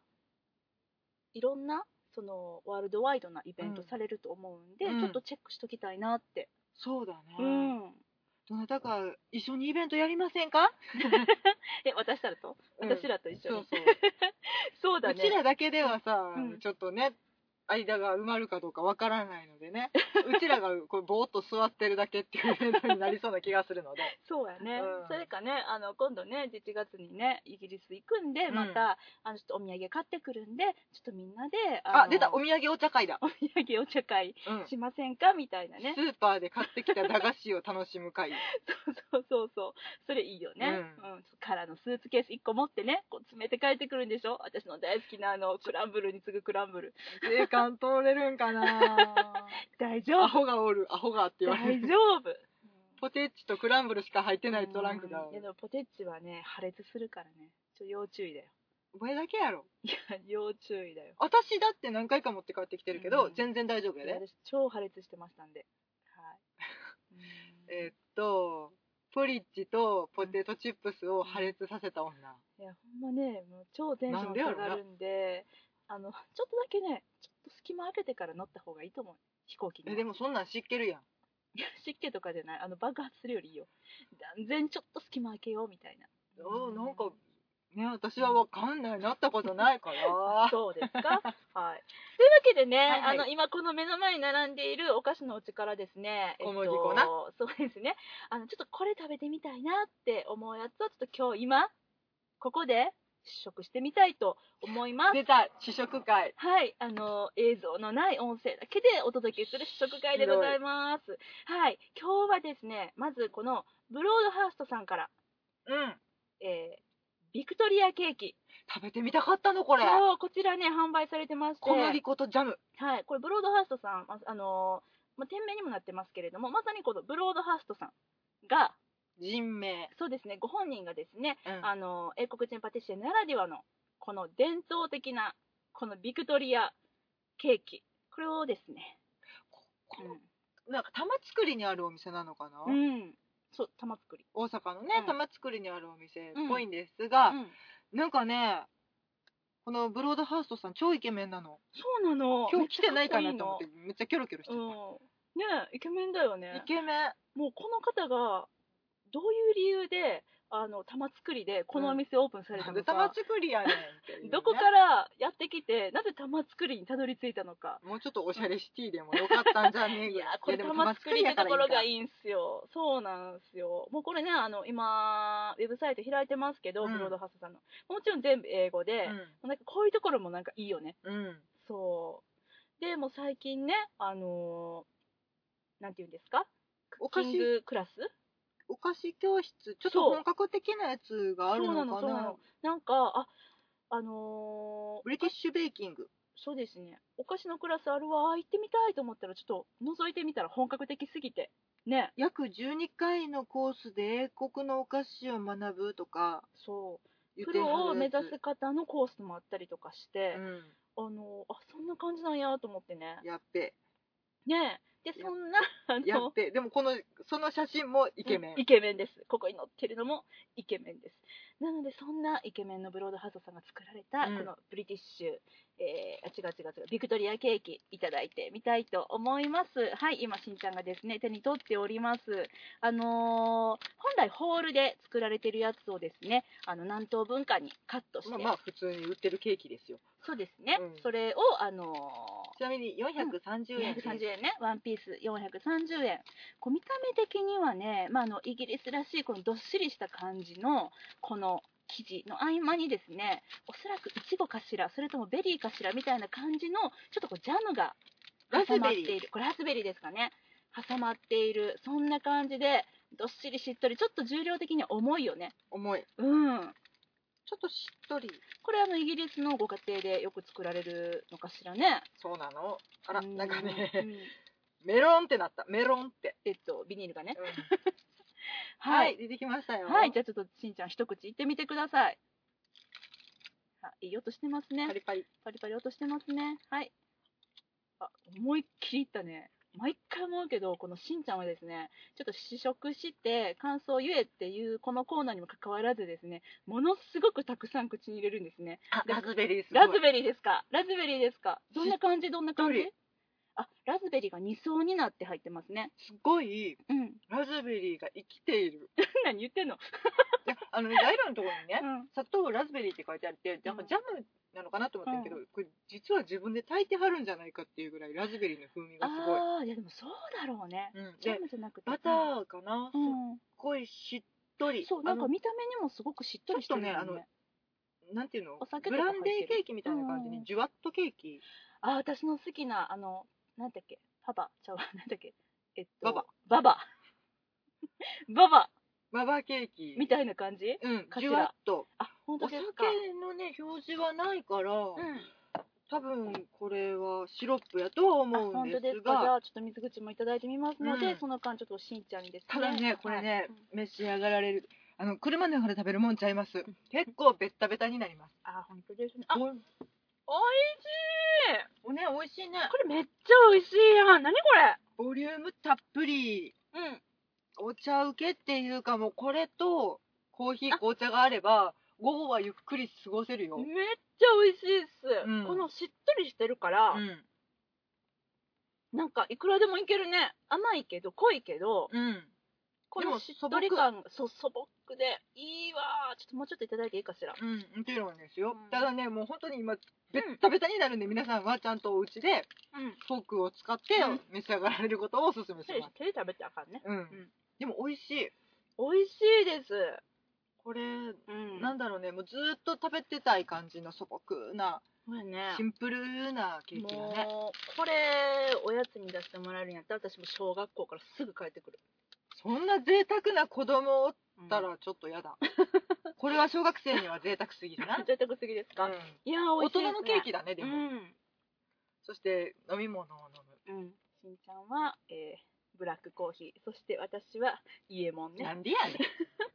いろんなそのワールドワイドなイベントうんされると思うんで、うんちょっとチェックしときたいなって、そうだね、うんどなたか一緒にイベントやりませんか、え私らと私らと一緒に、そうそうそうだうねちらだけではさ、うんちょっとね間が埋まるかどうかわからないのでねうちらがこうぼーっと座ってるだけっていうイベントになりそうな気がするのでそうやね、うんそれかねあの今度ね11月にねイギリス行くんでうんまた、あのちょっとお土産買ってくるんでちょっとみんなであ あの出たお土産お茶会だ、お土産お茶会うんしませんかみたいなねスーパーで買ってきた駄菓子を楽し む会そうそうそうそうそれいいよね、ううんからのスーツケース1個持ってねこう詰めて帰ってくるんでしょ私の大好きなあのクランブルに次ぐクランブル税関通れるんかな大丈 ア夫ホがおるアホがって言われ大る丈夫ポテチとクランブルしか入ってないトランクがうんいやでもポテチはね破裂するからねちょ要注意だ よお前だけやろ要注意だよ私だって何回か持って帰ってきてるけど、うん全然大丈夫やで、私超破裂してましたんで はい、えーっとポリッジとポテトチップスを破裂させた女、いやほんまねもう超テンション下がるんであのちょっとだけねちょっと隙間開けてから乗った方がいいと思う飛行機にえはでもそんなん知っけるやんいや湿気とかじゃないあの爆発するよりいいよ断然ちょっと隙間開けようみたいな。あーなんかね、私はわかんない、なったことないから そうですか。はい。というわけでね、いはいあの今この目の前に並んでいるお菓子のうちからですね、小麦粉なえっとそうですね。あのちょっとこれ食べてみたいなって思うやつをちょっと今日今ここで試食してみたいと思います。出た、試食会。はい、あの映像のない音声だけでお届けする試食会でございます。はい、今日はですね、まずこのブロードハーストさんから、うん。えービクトリアケーキ。食べてみたかったの、これ。そうこちらね、販売されてまして。小麦粉とジャム。はい、これブロードハーストさん、まあのーまあ、店名にもなってますけれどもまさにこのブロードハーストさんが人名。そうですねご本人がですね、うんあのー英国人パティシエならではのこの伝統的なこのビクトリアケーキこれをですね、ここのなんか玉造りにあるお店なのかな、うん、うんそう玉作り、大阪のね、うん玉造りにあるお店っぽいんですが、うんなんかねこのブロードハーストさん超イケメンなのそうなの今日来てないかなと思めってっちめっちゃキョロキョロしゃかてっこいいる、のうんねえイケメンだよねイケメンもうこの方がどういう理由であの玉作りでこのお店をオープンされたなのんか、で玉造りやねんっていうね、どこからやってきて、なぜ玉作りにたどり着いたのか。もうちょっとおしゃれシティでもよかったんじゃねえいぐやらいーこれいやでも玉作りってところがいいいんすよ。そうなんすよ。もうこれね、あの、今、ウェブサイト開いてますけど、うんブロードハスさんの。もちろん全部英語で、なんかこういうところもなんかいいよね。うん、うん、そう。で、もう最近ね、あのーなんて言うんですかおク菓ッ子キングクラスお菓子教室ちょっと本格的なやつがあるそうのかななの、そうなの。なんか、あ、あのーブリティッシュベーキングそうですね。お菓子のクラスあるわ、行ってみたいと思ったら、ちょっと覗いてみたら本格的すぎて。ね。約12回のコースで英国のお菓子を学ぶとかそ言う。プってはるやつロを目指す方のコースもあったりとかして、うあの、あ、そんな感じなんやと思ってねん。やっべねえ。で、そんな、あやっの、べでもこのその写真もイケメン、うんイケメンです。ここに載ってるのもイケメンです。なので、そんなイケメンのブロードハウスさんが作られた、うんこのブリティッシュ、えーあ、違う違う違う、ビクトリアケーキいただいてみたいと思います。はい、今、しんちゃんがですね、手に取っております。あのー本来ホールで作られてるやつをですね、あの、南東文化にカットして、まあまあ普通に売ってるケーキですよそうですね、うんそれを、あのーちなみに430円です、 430円ね、ワンピース430円、こう見た目的にはね、まあ、あのイギリスらしいこのどっしりした感じのこの生地の合間にですね、おそらくいちごかしら、それともベリーかしらみたいな感じの、ちょっとこうジャムがラズ挟まっベていリーる、これラズベリーですかね、挟まっている、そんな感じで、どっしりしっとり、ちょっと重量的には重いよね。重いうんちょっとしっとりこれあのイギリスのご家庭でよく作られるのかしらね。そうなのあらうんなんかうね んメロンってなったメロンって、えっとビニールがね。うんはい出てきましたよはい、じゃあちょっとしんちゃん一口いってみてください。あ、いい音してますねパ。リパリパリパリ音してますね。はい。あ、思いっきりいったね。毎回思うけど、このしんちゃんはですね、ちょっと試食して感想を言えっていうこのコーナーにもかかわらずですね、ものすごくたくさん口に入れるんですね。あラズベリーすごいラズベリーですかラズベリーですかどんな感じどんな感しっじとりあ、ラズベリーが2層になって入ってますね。すごいうん。ラズベリーが生きている何言ってんのいや あのね材料のところにねうん。砂糖ラズベリーって書いてあってなんかジャムなのかなと思ったけど、これ実は自分で炊いてはるんじゃないかっていうぐらいラズベリーの風味がすごい、ああ、いやでもそうだろうね。うん、ジャでムじゃなくて。バターかな、うすっん。うんごいしっとりそう、なんかあの見た目にもすごくしっとりしてるよちょっとねね。なんていうのお酒とブかラ入ンってるデーケーキみたいな感じうんにジュワッとケーキ、ああ、私の好きな、あの、なんだっけ、パパ、ちゃうわ、 なんだっけ、えっと、ババ。ババ。 ババババケーキみたいな感じうんかしらジュワッとあ、本当おで酒すか。のね表示はないから、うん。多分これはシロップやとはあ、思うん本で当ですすか。じゃがあ、ちょっと水口もいただいてみますので、うんその間、ちょっとしんちゃんにですね。ただねこれね、はいうん召し上がられるあの車の中で食べるもんちゃいます結構ベッタベタになりますあー、本当ですね。あ、おおいしいおね美味しいねこれめっちゃおいしいやん。なにこボリュームたっぷりれうん。お茶受けっていうかもうこれとコーヒーあ紅茶があれば午後はゆっくり過ごせるよ、めっちゃ美味しいっす、うんこのしっとりしてるから、うんなんかいくらでもいけるね甘いけど濃いけどうんこでのもしっとり感がそう素朴得でいいわーちょっともうちょっといただいていいかしらうん、もちろんですようん。ただね、もう本当に今、べうんったべたになるんで、皆さんはちゃんとお家でうんフォークを使ってうん召し上がられることをお勧めし手でます。手で食べてあかんねうん。んでも美味しい。美味しいですこれ、うんなんだろうね、もうずーっと食べてたい感じの素朴な、これねシンプルなケーキだね。もうこれおやつに出してもらえるんやったら私も小学校からすぐ帰ってくる、そんな贅沢な子供おっうん。たらちょっとやだ。これは小学生には贅沢すぎる な贅沢すぎですか、うんいやー美大味しいです、ね、人のケーキだね、でも。そして飲み物を飲うん、うん、しんちゃんは、えーブラックコーヒーそして私はイエモンむ。なねんでやねん。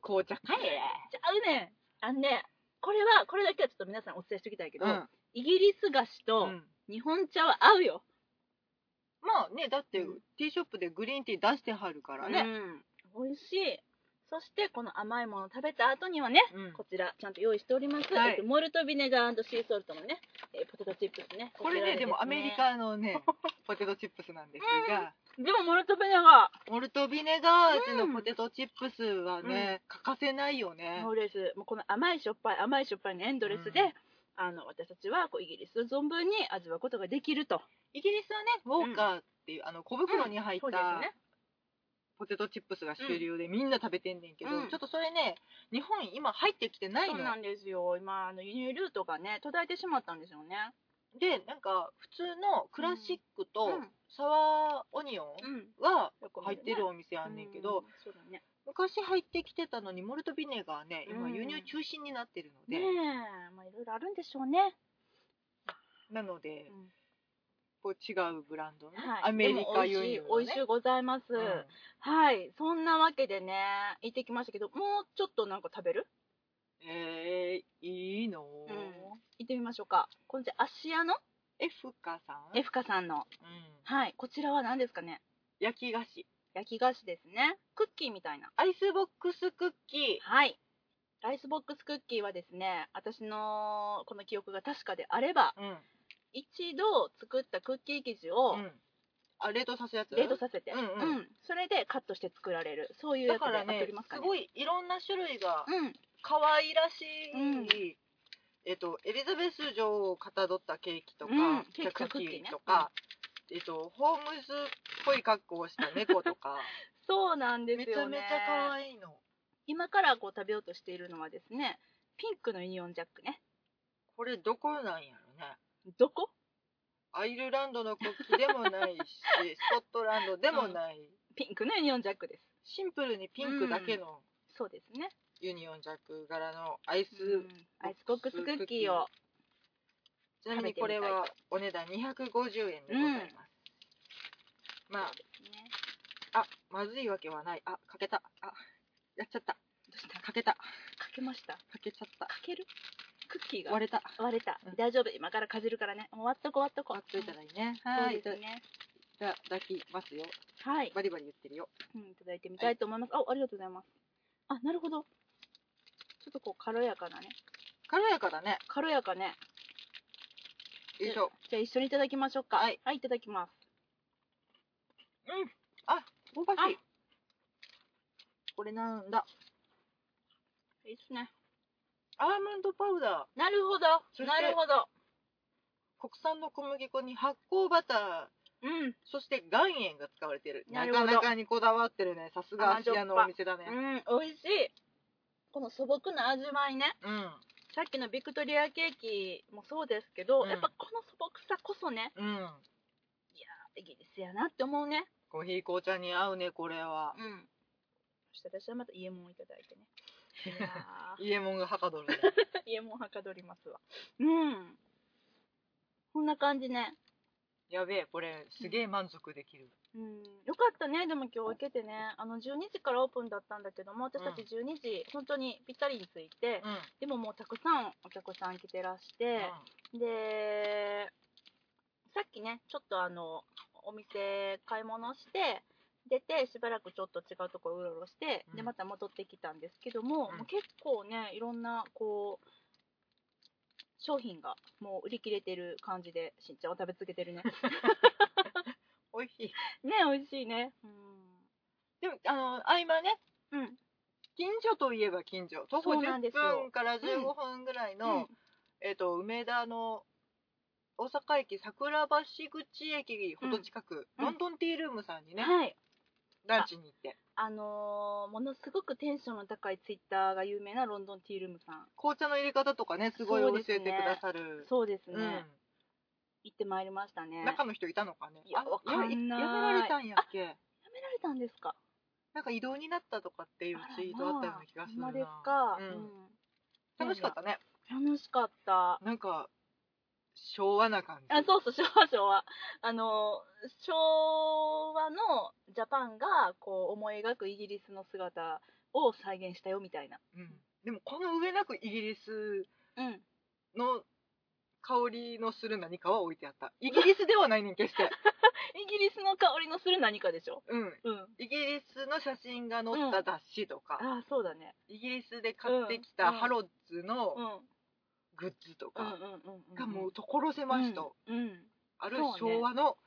紅茶かえ。ちゃうねんあのねこれはこれだけはちょっと皆さんお伝えしておきたいけど、イギリス菓子うとん。日本茶は合うよ、まあね、だって、うんティーショップでグリーンティー出してはるからね。うん、美味しいそしてこの甘いものを食べた後にはねうんこちらちゃんと用意しております、はいえっとモルトビネガーシーソルトのね、えーポテトチップスねこれね、でもアメリカの ね、ポテトチップスなんですが、でもモルトビネガモルトビネガー味のポテトチップスはね、欠かせないーよねそ。うですもうこの甘いしょっぱい甘いしょっぱいのエンドレスで、うんあの私たちはこうイギリスを存分に味わうことができるとイギリスはね、ウォーカーっていう、あの、小袋に入っそうですたねポテトチップスが主流で、みんな食べてんねんけど、うんちょっとそれね、日本今入ってきてないその。うなんですよ今あの輸入ルートがね途絶えてしまったんですよねで、なんか、普通のクラシックとうんサワーオニオンうんはよく見入ってるお店ああんねんけど、そうだね昔入ってきてたのにモルトビネガーね今うん輸入中止になってるのねで、えまあいろいろあるんでしょうね、なのでうんこう違うブランドのね、はい、アメリカ輸入でもの美味しい美味ねしゅうございます、うんはいそんなわけでね行ってきましたけどもうちょっとなんか食べるえー、いいの、うん行ってみましょうかこちら芦屋のエフカさん、エフカさんのうん、はいこちらは何ですかね焼き菓子焼き菓子ですねクッキーみたいなアイスボックスクッキーはいライスボックスクッキーはですね私のこの記憶が確かであればうん、一度作ったクッキー生地をうんあ冷凍させやつ冷凍させて、うんうんそれでカットして作られるそういうやつだでから合っておねりますかすねごいいろんな種類がうん可愛らしい、うんえっと、エリザベス女王をかたどったケーキとか、うんケーケキーキととクッキーねとか、えっと、ホームズっぽい格好をした猫とか、そうなん でめすちゃよめねちゃ可愛いの。今からこう食べようとしているのはですねピンクのユニオンジャックねこれどこなんやろね。どこアイルランドの国旗でもないし、 スコットランドでもない、ピンクのユニオンジャックですシンプルにピンクだけのそうですね、ユニオンジャック柄のアイス、うんアイスボックスクッキーをちなみにこれはお値段250円でございます。まあ、ねあ、まずいわけはない。あ、かけた。あ、やっちゃった。どうしたかかけた。かけましたかけちゃった。けるクッキーが割れた。割れた、うん大丈夫今からかじるからねもう割っとこう割っとこう割っといたらいいね。ははいい。ですじねゃあ、抱きますよ。はい、バリバリ言ってるよ。うん、いただいてみたいと思います、あありがとうございますあなるほどちょっとこう軽やかなね軽やかだね。軽やかねよいしょ。じゃあ一緒にいただきましょうかはい、い、いただきますうん。あ、香ばしい。これなんだ。いいっすねアーモンドパウダー。なるほどそしてなるほど国産の小麦粉に発酵バター。うんそして岩塩が使われてる。ななるほどかなかにこだわってるね。さすが芦屋のお店だね。うん、美味しい。この素朴な味わいね。うん。さっきのビクトリアケーキもそうですけど、うんやっぱこの素朴さこそね、うん。イギリスやなって思うね。コーヒー紅茶に合うね、これは。うん。そして私はまたイエモンをいただい てね。いやイエモンがはかどるね。ーイエモンはかどりますわ。うん。こんな感じね。 やべえ、これ、すげえ満足できる。うん、よかったね、でも今日行けてね、あの12時からオープンだったんだけども、私たち12時、本当にぴったりについて、うん。でももうたくさんお客さん来てらして、でさっきねちょっとあのお店買い物して出てしばらくちょっと違うところうろうろして、うんでまた戻ってきたんですけども,、うんもう結構ねいろんなこう商品がもう売り切れてる感じでしんちゃんは食べ続けて るねね美味しい。美味しいねでも、あの、合間ね、うんうん近所といえば近所徒歩そうなん10ですよ分から15分ぐらいの、えっと梅田の大阪駅桜橋口駅ほど近く、うんロンドンティールームさんにね、はいランチに行ってあのーものすごくテンションの高いツイッターが有名なロンドンティールームさん紅茶の入れ方とかねすごいそう教ですねえてくださるそうですね、う行ってまいりましたねん、中の人いたのかねいやあわかんないやめられたんやっけやめられたんですかなんか移動になったとかっていうツイートあったような気がするなあらまあほんまですか、ううんん楽しかったね楽しかったなんか昭和な感じあそうそう昭和昭和あの昭和のジャパンがこう思い描くイギリスの姿を再現したよみたいなうん、でもこの上なくイギリスうんの香りのする何かは置いてあったイギリスではないねん決 して、イギリスの香りのする何かでしょうん、うんイギリスの写真が載った雑誌とか、ああそうだねイギリスで買ってきうたんハロッズのうんグッズとうんかうんうんうんがもう所狭しとうん、うん、あるそうね昭和の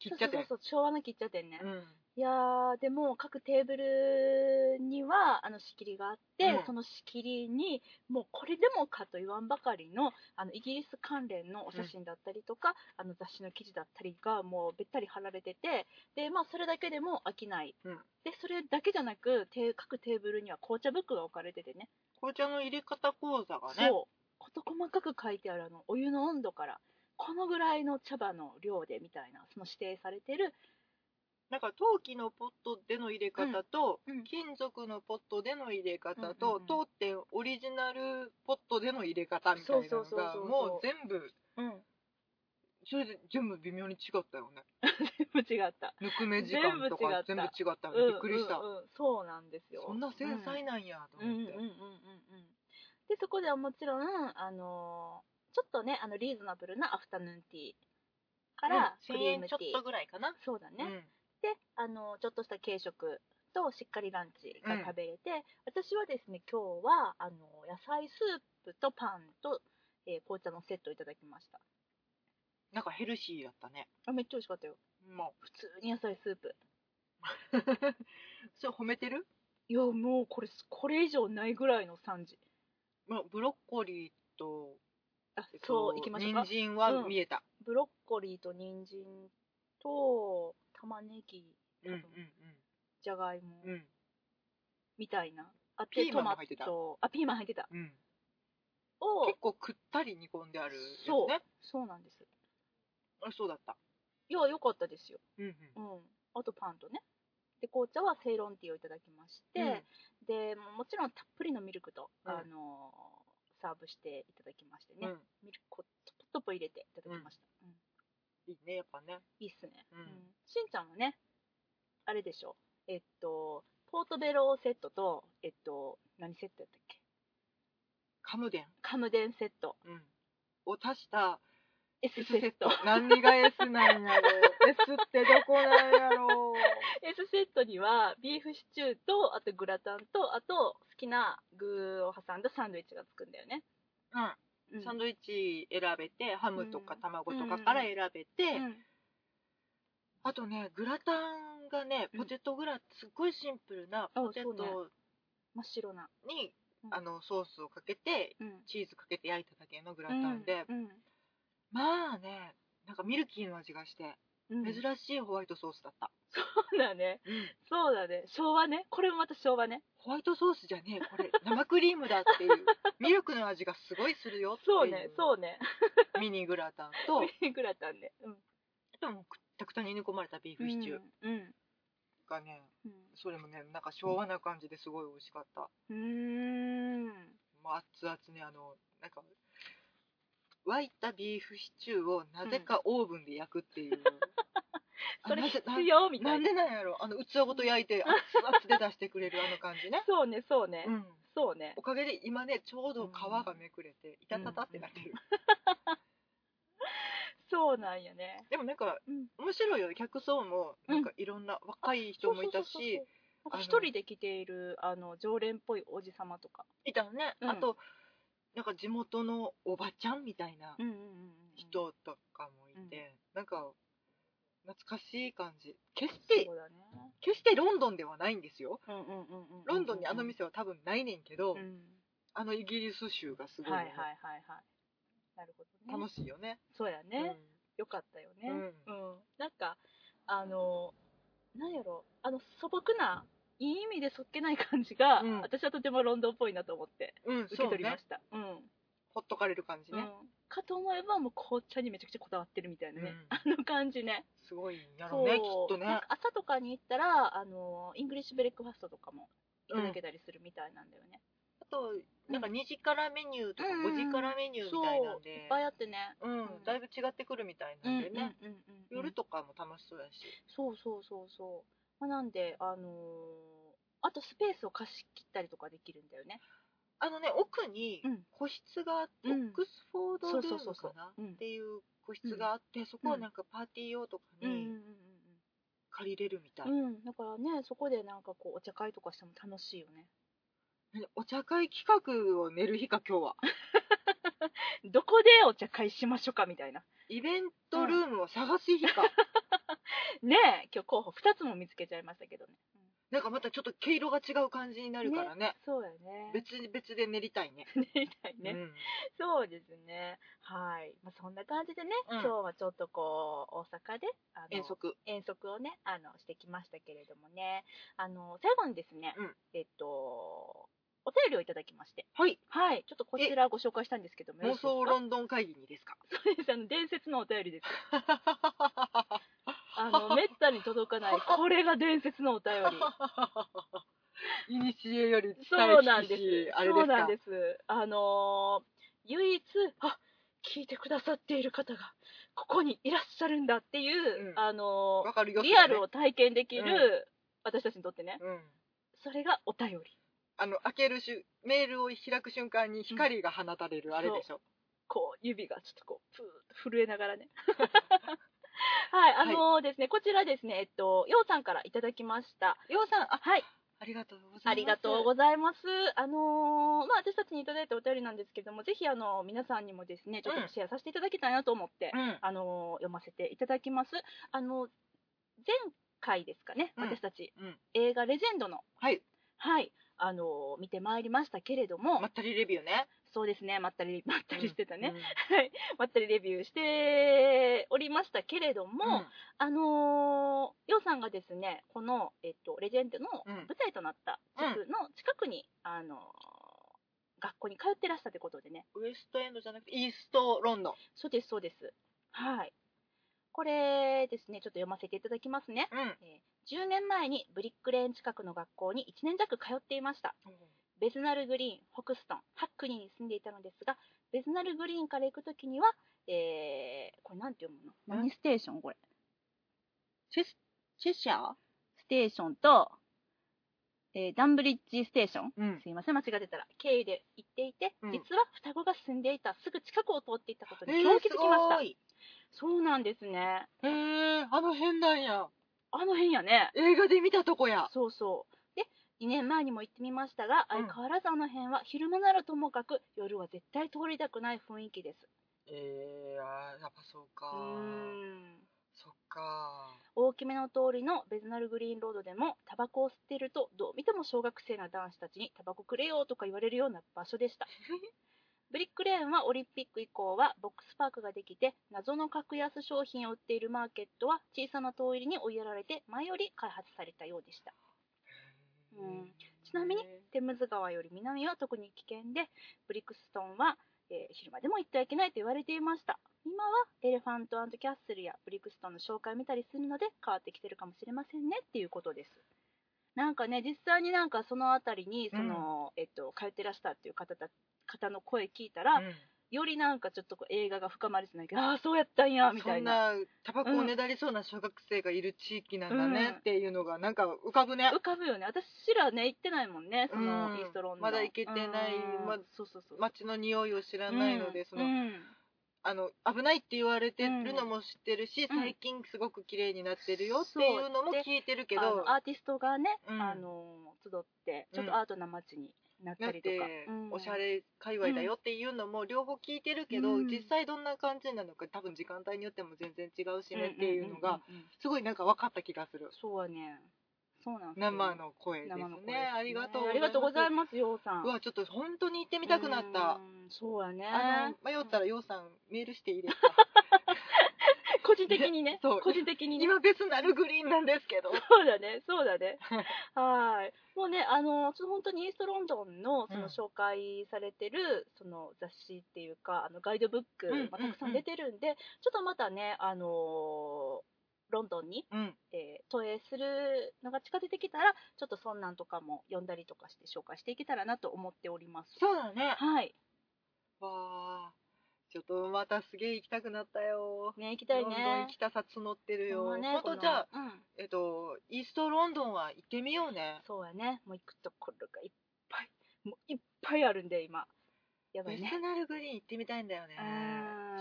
喫茶そう店そうそう昭和の喫茶店ね、うんいやーでも各テーブルにはあの仕切りがあって、うんその仕切りにもうこれでもかと言わんばかりのあのイギリス関連のお写真だったりとか、あの雑誌の記事だったりがもうべったり貼られててで、まあ、それだけでも飽きない、うんでそれだけじゃなくて各テーブルには紅茶ブックが置かれててね紅茶の入れ方講座がねそう事細かく書いてあるあのお湯の温度からこのぐらいの茶葉の量でみたいなその指定されてるなんか陶器のポットでの入れ方と、うんうん金属のポットでの入れ方うんうんと、うん当店オリジナルポットでの入れ方みたいなそうのそうそうがそうもう全部うん それで全部微妙に違ったよね全部違ったぬくめ時間とか全全部部違違っったのびっくりした、うんうんうん、そうなんですよそんな繊細なんやとうんうんうんうん思って、うんうんでそこではもちろんあのーちょっとねあのリーズナブルなアフタヌーンティーからク1000リーム円テちょィっー、とぐらいかな、そうだね、うんであのーちょっとした軽食としっかりランチが食べれて、私はですね今日はあのー野菜スープとパンと、えー紅茶のセットをいただきましたなんかヘルシーやったねあめっちゃ美味しかったよも普通に野菜スープうそれ褒めてる、いやもうこれこれ以上ないぐらいの惨事まあ、ブロッコリーとあえっとそう行きましょうか人参うはん見えた、ブロッコリーと人参と玉ねぎ多うん、うん分じゃがいもうんうんみたいな、あってピーマンもトマ入ってたトあピーマン入ってたうんを結構くったり煮込んであるやつそうねそうなんですあそうだった、いや良かったですようんうんうんあとパンとねで紅茶はセイロンティーをいただきまして、でもちろんたっぷりのミルクと、うんあのーサーブしていただきましてうんね、うんミルクをトポトポ入れていただきました、うんいいねやっぱねいいっすね、うんしんちゃんはねあれでしょえっとポートベローセットとえっと何セットやったっけカムデン、カムデンセットうん、を足したエス S セセッットト何が S なんやろ S ってどこなんやろ S セットにはビーフシチューとあとグラタンとあと好きな具を挟んだサンドイッチがつくんだよね、う、うんん、サンドドイッチ選べてハムとかうん卵とかから選べて、イあとねグラタンがねポテトグラすっごいシンプルなあポテそうねト真っ白な、に、うんあのソースをかけてうん、チーズかけて焼いただけのグラタンで、うんまあねなんかミルキーの味がしてうん、珍しいホワイトソースだった、そうだねそうだね昭和ねこれもまた昭和ねホワイトソースじゃねえこれ生クリーム だっていうミルクの味がすごいするよっていうそうねそうねミニグラタンとグラタンね、うん、でもくったくたに煮込まれたビーフシチューうん、うんがね、うんそれもねなんか昭和な感じですごい美味しかった、うーん。まあ、熱々ねあのなんか沸いたビーフシチューをなぜかオーブンで焼くっていう、あそれなぜ必要みなたんいでな。なんやろあの器ごと焼いて 熱々で出してくれるあの感じねそうね、そうね。うんそうねお。かげで今ねちょうど皮がめくれていたたたってなってる、そうなんやね。でもなんかうん。面白いよね客層もなんかいろんな若い人もいたし、そうそうそうそう。なんかあの一人で来ている、あの、常連っぽいおじさまとか。いたね、うんあとなんか地元のおばちゃんみたいなうんうんうんうん。。人とかもいて、なんか懐かしい感じ決してそうだね。決してしてロンドンではないんですようんうんうんうんうんうんロンドンにあの店は多分ないねんけど、うんあのイギリス州がすごい,、はいはいはいはいなるほどね楽しいよねそうやね、よかったよね、ううんなんかあのなんやろあの素朴ないい意味でそっけない感じが、うん私はとてもロンドンっぽいなと思ってうん、うん受けそう取りまねしたう,、ほっとかれる感じん、ね、うんかと思えばもう紅茶にめちゃくちゃこだわってるみた いなね、うんあの感じねすごいんやろうねきっなとんねか朝とかに行ったらあのイングリッシュブレックファストとかもいただけたりするみたいなんだよね、あとなんか2時からメニューとかうん5時からメニューみたいなんそうで、いっぱいあってねうんうんだいぶ違ってくるみたいなんでね、うんうんうんうん、夜とかも楽しそうやし、そうそうそうそう、まあ、なんであのーあとスペースを貸し切ったりとかできるんだよねあのね奥にうん個室があって、うんオックスフォードルームそうそうそうそかなううんっていう個室があって、そこはなんかパーティー用とかうんうんに借りれるみたい、うんうんうんだからねそこでなんかこうお茶会とかしても楽しいよねねお茶会企画を寝る日か今日はどこでお茶会しましょうかみたいなイベントルームを探す日 か、ねえ今日候補2つも見つけちゃいましたけどね、なんかまたちょっと毛色が違う感じになるからねそうやね別に別で練りたい ねね みたいね、うんそうですねはい、まあ、そんな感じでね、うん今日はちょっとこう大阪であの遠足遠足をねあのしてきましたけれどもねあの最後にですね、うんえっとお便りをいただきましてはいはいちょっとこちらご紹介したんですけども妄想ロンドン会議にですかそう ですあの伝説のお便りですあのめったに届か ないこれが伝説のお便り いにしえより伝えそうなん聞できすしあれそでうすなかんですあのー唯一あ聞いてくださっている方がここにいらっしゃるんだっていう、うんあのわかるーよリアルを体験できる、うん私たちにとってねうんそれがお便りあの開けるしゅメールを開く瞬間に光が放たれるあれでしょ、こう指がちょっとこうプーッと震えなが らねはいあのーですねこちらですねえっとようさんからいただきましたようさんあはいありがとうございますありがとうございますあのーまあ私たちにいただいたお便りなんですけどもぜひあの皆さんにもですねちょっうとんシェアさせていただきたいなと思って、うんあのー読ませていただきますあの前回ですかね、うん私たち、うん映画レジェンドのはいはいあのー見てまいりましたけれども、まったりレビューねそうですねまったりまったりしてたね、うんまったりレビューしておりましたけれども、うんあのー、ようさんがですね、この、えっと、レジェンドのうん舞台となった地区の近くに、あのー学校に通ってらしたということでね、ウエストエンドじゃなくてイーストロンドンそうです、そうです。はい。これですね、ちょっと読ませていただきますね。うんえー10年前にブリックレーン近くの学校に1年弱通っていました。ベズナルグリーン、ホクストン、ハックリーに住んでいたのですが、ベズナルグリーンから行くときには、えー、これなんて読むの何ステーションこれ。チェスチェシャーステーションと、えーダンブリッジステーション、うんすいません、間違ってたら、経由で行っていて、うん実は双子が住んでいたすぐ近くを通っていたことえにー、驚すきづきました、ごいそうなんですね。えー、あの辺なんやあの辺やね。映画で見たとこやそうそう。で、2年前にも行ってみましたが、うん相変わらずあの辺は昼間ならともかく、夜は絶対通りたくない雰囲気です。えー、あーやっぱそうかうーん。そっか大きめの通りのベズナルグリーンロードでもタバコを吸ってるとどう見ても小学生な男子たちにタバコくれよとか言われるような場所でしたブリックレーンはオリンピック以降はボックスパークができて謎の格安商品を売っているマーケットは小さな通りに追いやられて前より開発されたようでしたうんちなみにテムズ川より南は特に危険でブリックストンは、えー昼間でも行ってはいけないと言われていました今はエレファントキャッスルやブリックストンの紹介を見たりするので変わってきてるかもしれませんねっていうことですなんかね実際になんかその辺りにその、えっと、通ってらしたっていう方た方の声聞いたら、うんよりなんかちょっとこう映画が深まりそうなけどああそうやったんやみたそいんななタバコをねだりそうな小学生がいる地域なんだねっていうのがなんか浮かぶね、浮かぶよね私らね行ってないもんねその、うんイーストロンドンまだ行けてないうんまそうそうそう街の匂いを知らないので、うんそのうんあの危ないって言われてるのも知ってるし、うん最近すごく綺麗になってるよっていうのも聞いてるけあどのアーティストがね、うんあの集ってちょっうんとアートな街になっだたっりとてか、うんおしゃれ界隈だよっていうのも両方聞いてるけど、うん実際どんな感じなのか多分時間帯によっても全然違うしねっていうのがんんんうんすごいなんか分かった気がする。そうやねそうなんですよ生の声です生の声ね。ありがとう。ありがとうございまますようさんす。うわ、ちょっと本当に行ってみたくなった。うんそうやねあの迷ったらようさんメールしていいですか 個人的にね そう個人的にね今ベスなるグリーンなんですけ ど。そうだね、そうだ ね。はい。もうね、あの、ちょっと本当にイーストロンドンの、そのうん紹介されてる、その雑誌っていうか、あのガイドブック、うんまあ、たくさん出てるんで、ちょっとまたね、あのーロンドンに、うん。えー投影するのが近づいてきたら、ちょっとそんなんとかも読んだりとかして紹介していけたらなと思っております。そうだね。はい。わあ。ちょっとまたすげえ行きたくなったよ。ね、行きたいロンドンね行。きたさ募ってるほんよ。まねまこたのじゃあ、うん、えっと、イーストロンドンは行ってみようね。そうやね。もう行くところがいっぱい、もういっぱいあるんで、今。やばベいスね。ナルグリーン行ってみたいんだよねう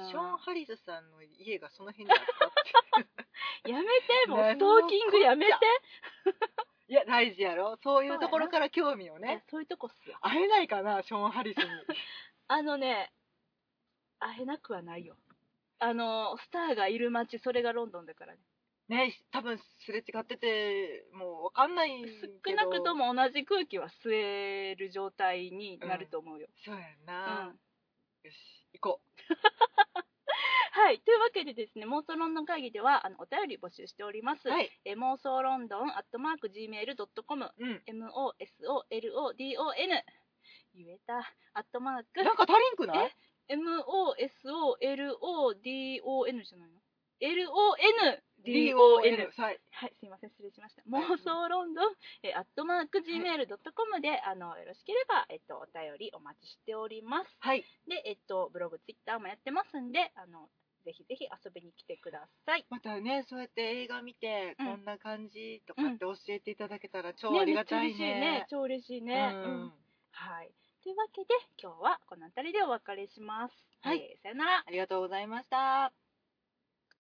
ん。ショーン・ハリスさんの家がその辺にあったって。やめて、もうス何トのーキングやめて。 いや、大事やろ。そういうところから興味をねね。、そういうとこっすよ。会えないかな、ショーン・ハリスに。あのね、会えなくはないよ。あの、スターがいる街、それがロンドンだからね。ね、多分すれ違ってて、もうわかんないけ少ど。なくと。も同じ空気は吸える状態になると思うよ。そうやんうんな。よし、行こはい。というわけでですね、妄想ロンドン会議では、あの、お便り募集しております。う。はい。え妄想ロンドンアットマーク Gmail.com、うん。 MOSOLODON、言えた、アットマーク、なんか足りんくない MOSOLODON じゃないの ?LONDON。はい。はい、すいません、失礼しました。妄想ロンドン、えアットマーク Gmail.com で、あの、よろしければ、えっと、お便りお待ちしております。はい。で、えっと、ブログ、ツイッターもやってますんで、あの、ぜひぜひ遊びに来てください。またね、そうやって映画見て、うんこんな感じとかって教えていただけたら超ありめっがちゃたい嬉しね。いね。超嬉しいね。ううんん。はい。というわけで、今日はこの辺りでお別れします。はいえーさよなら。ありがとうございました。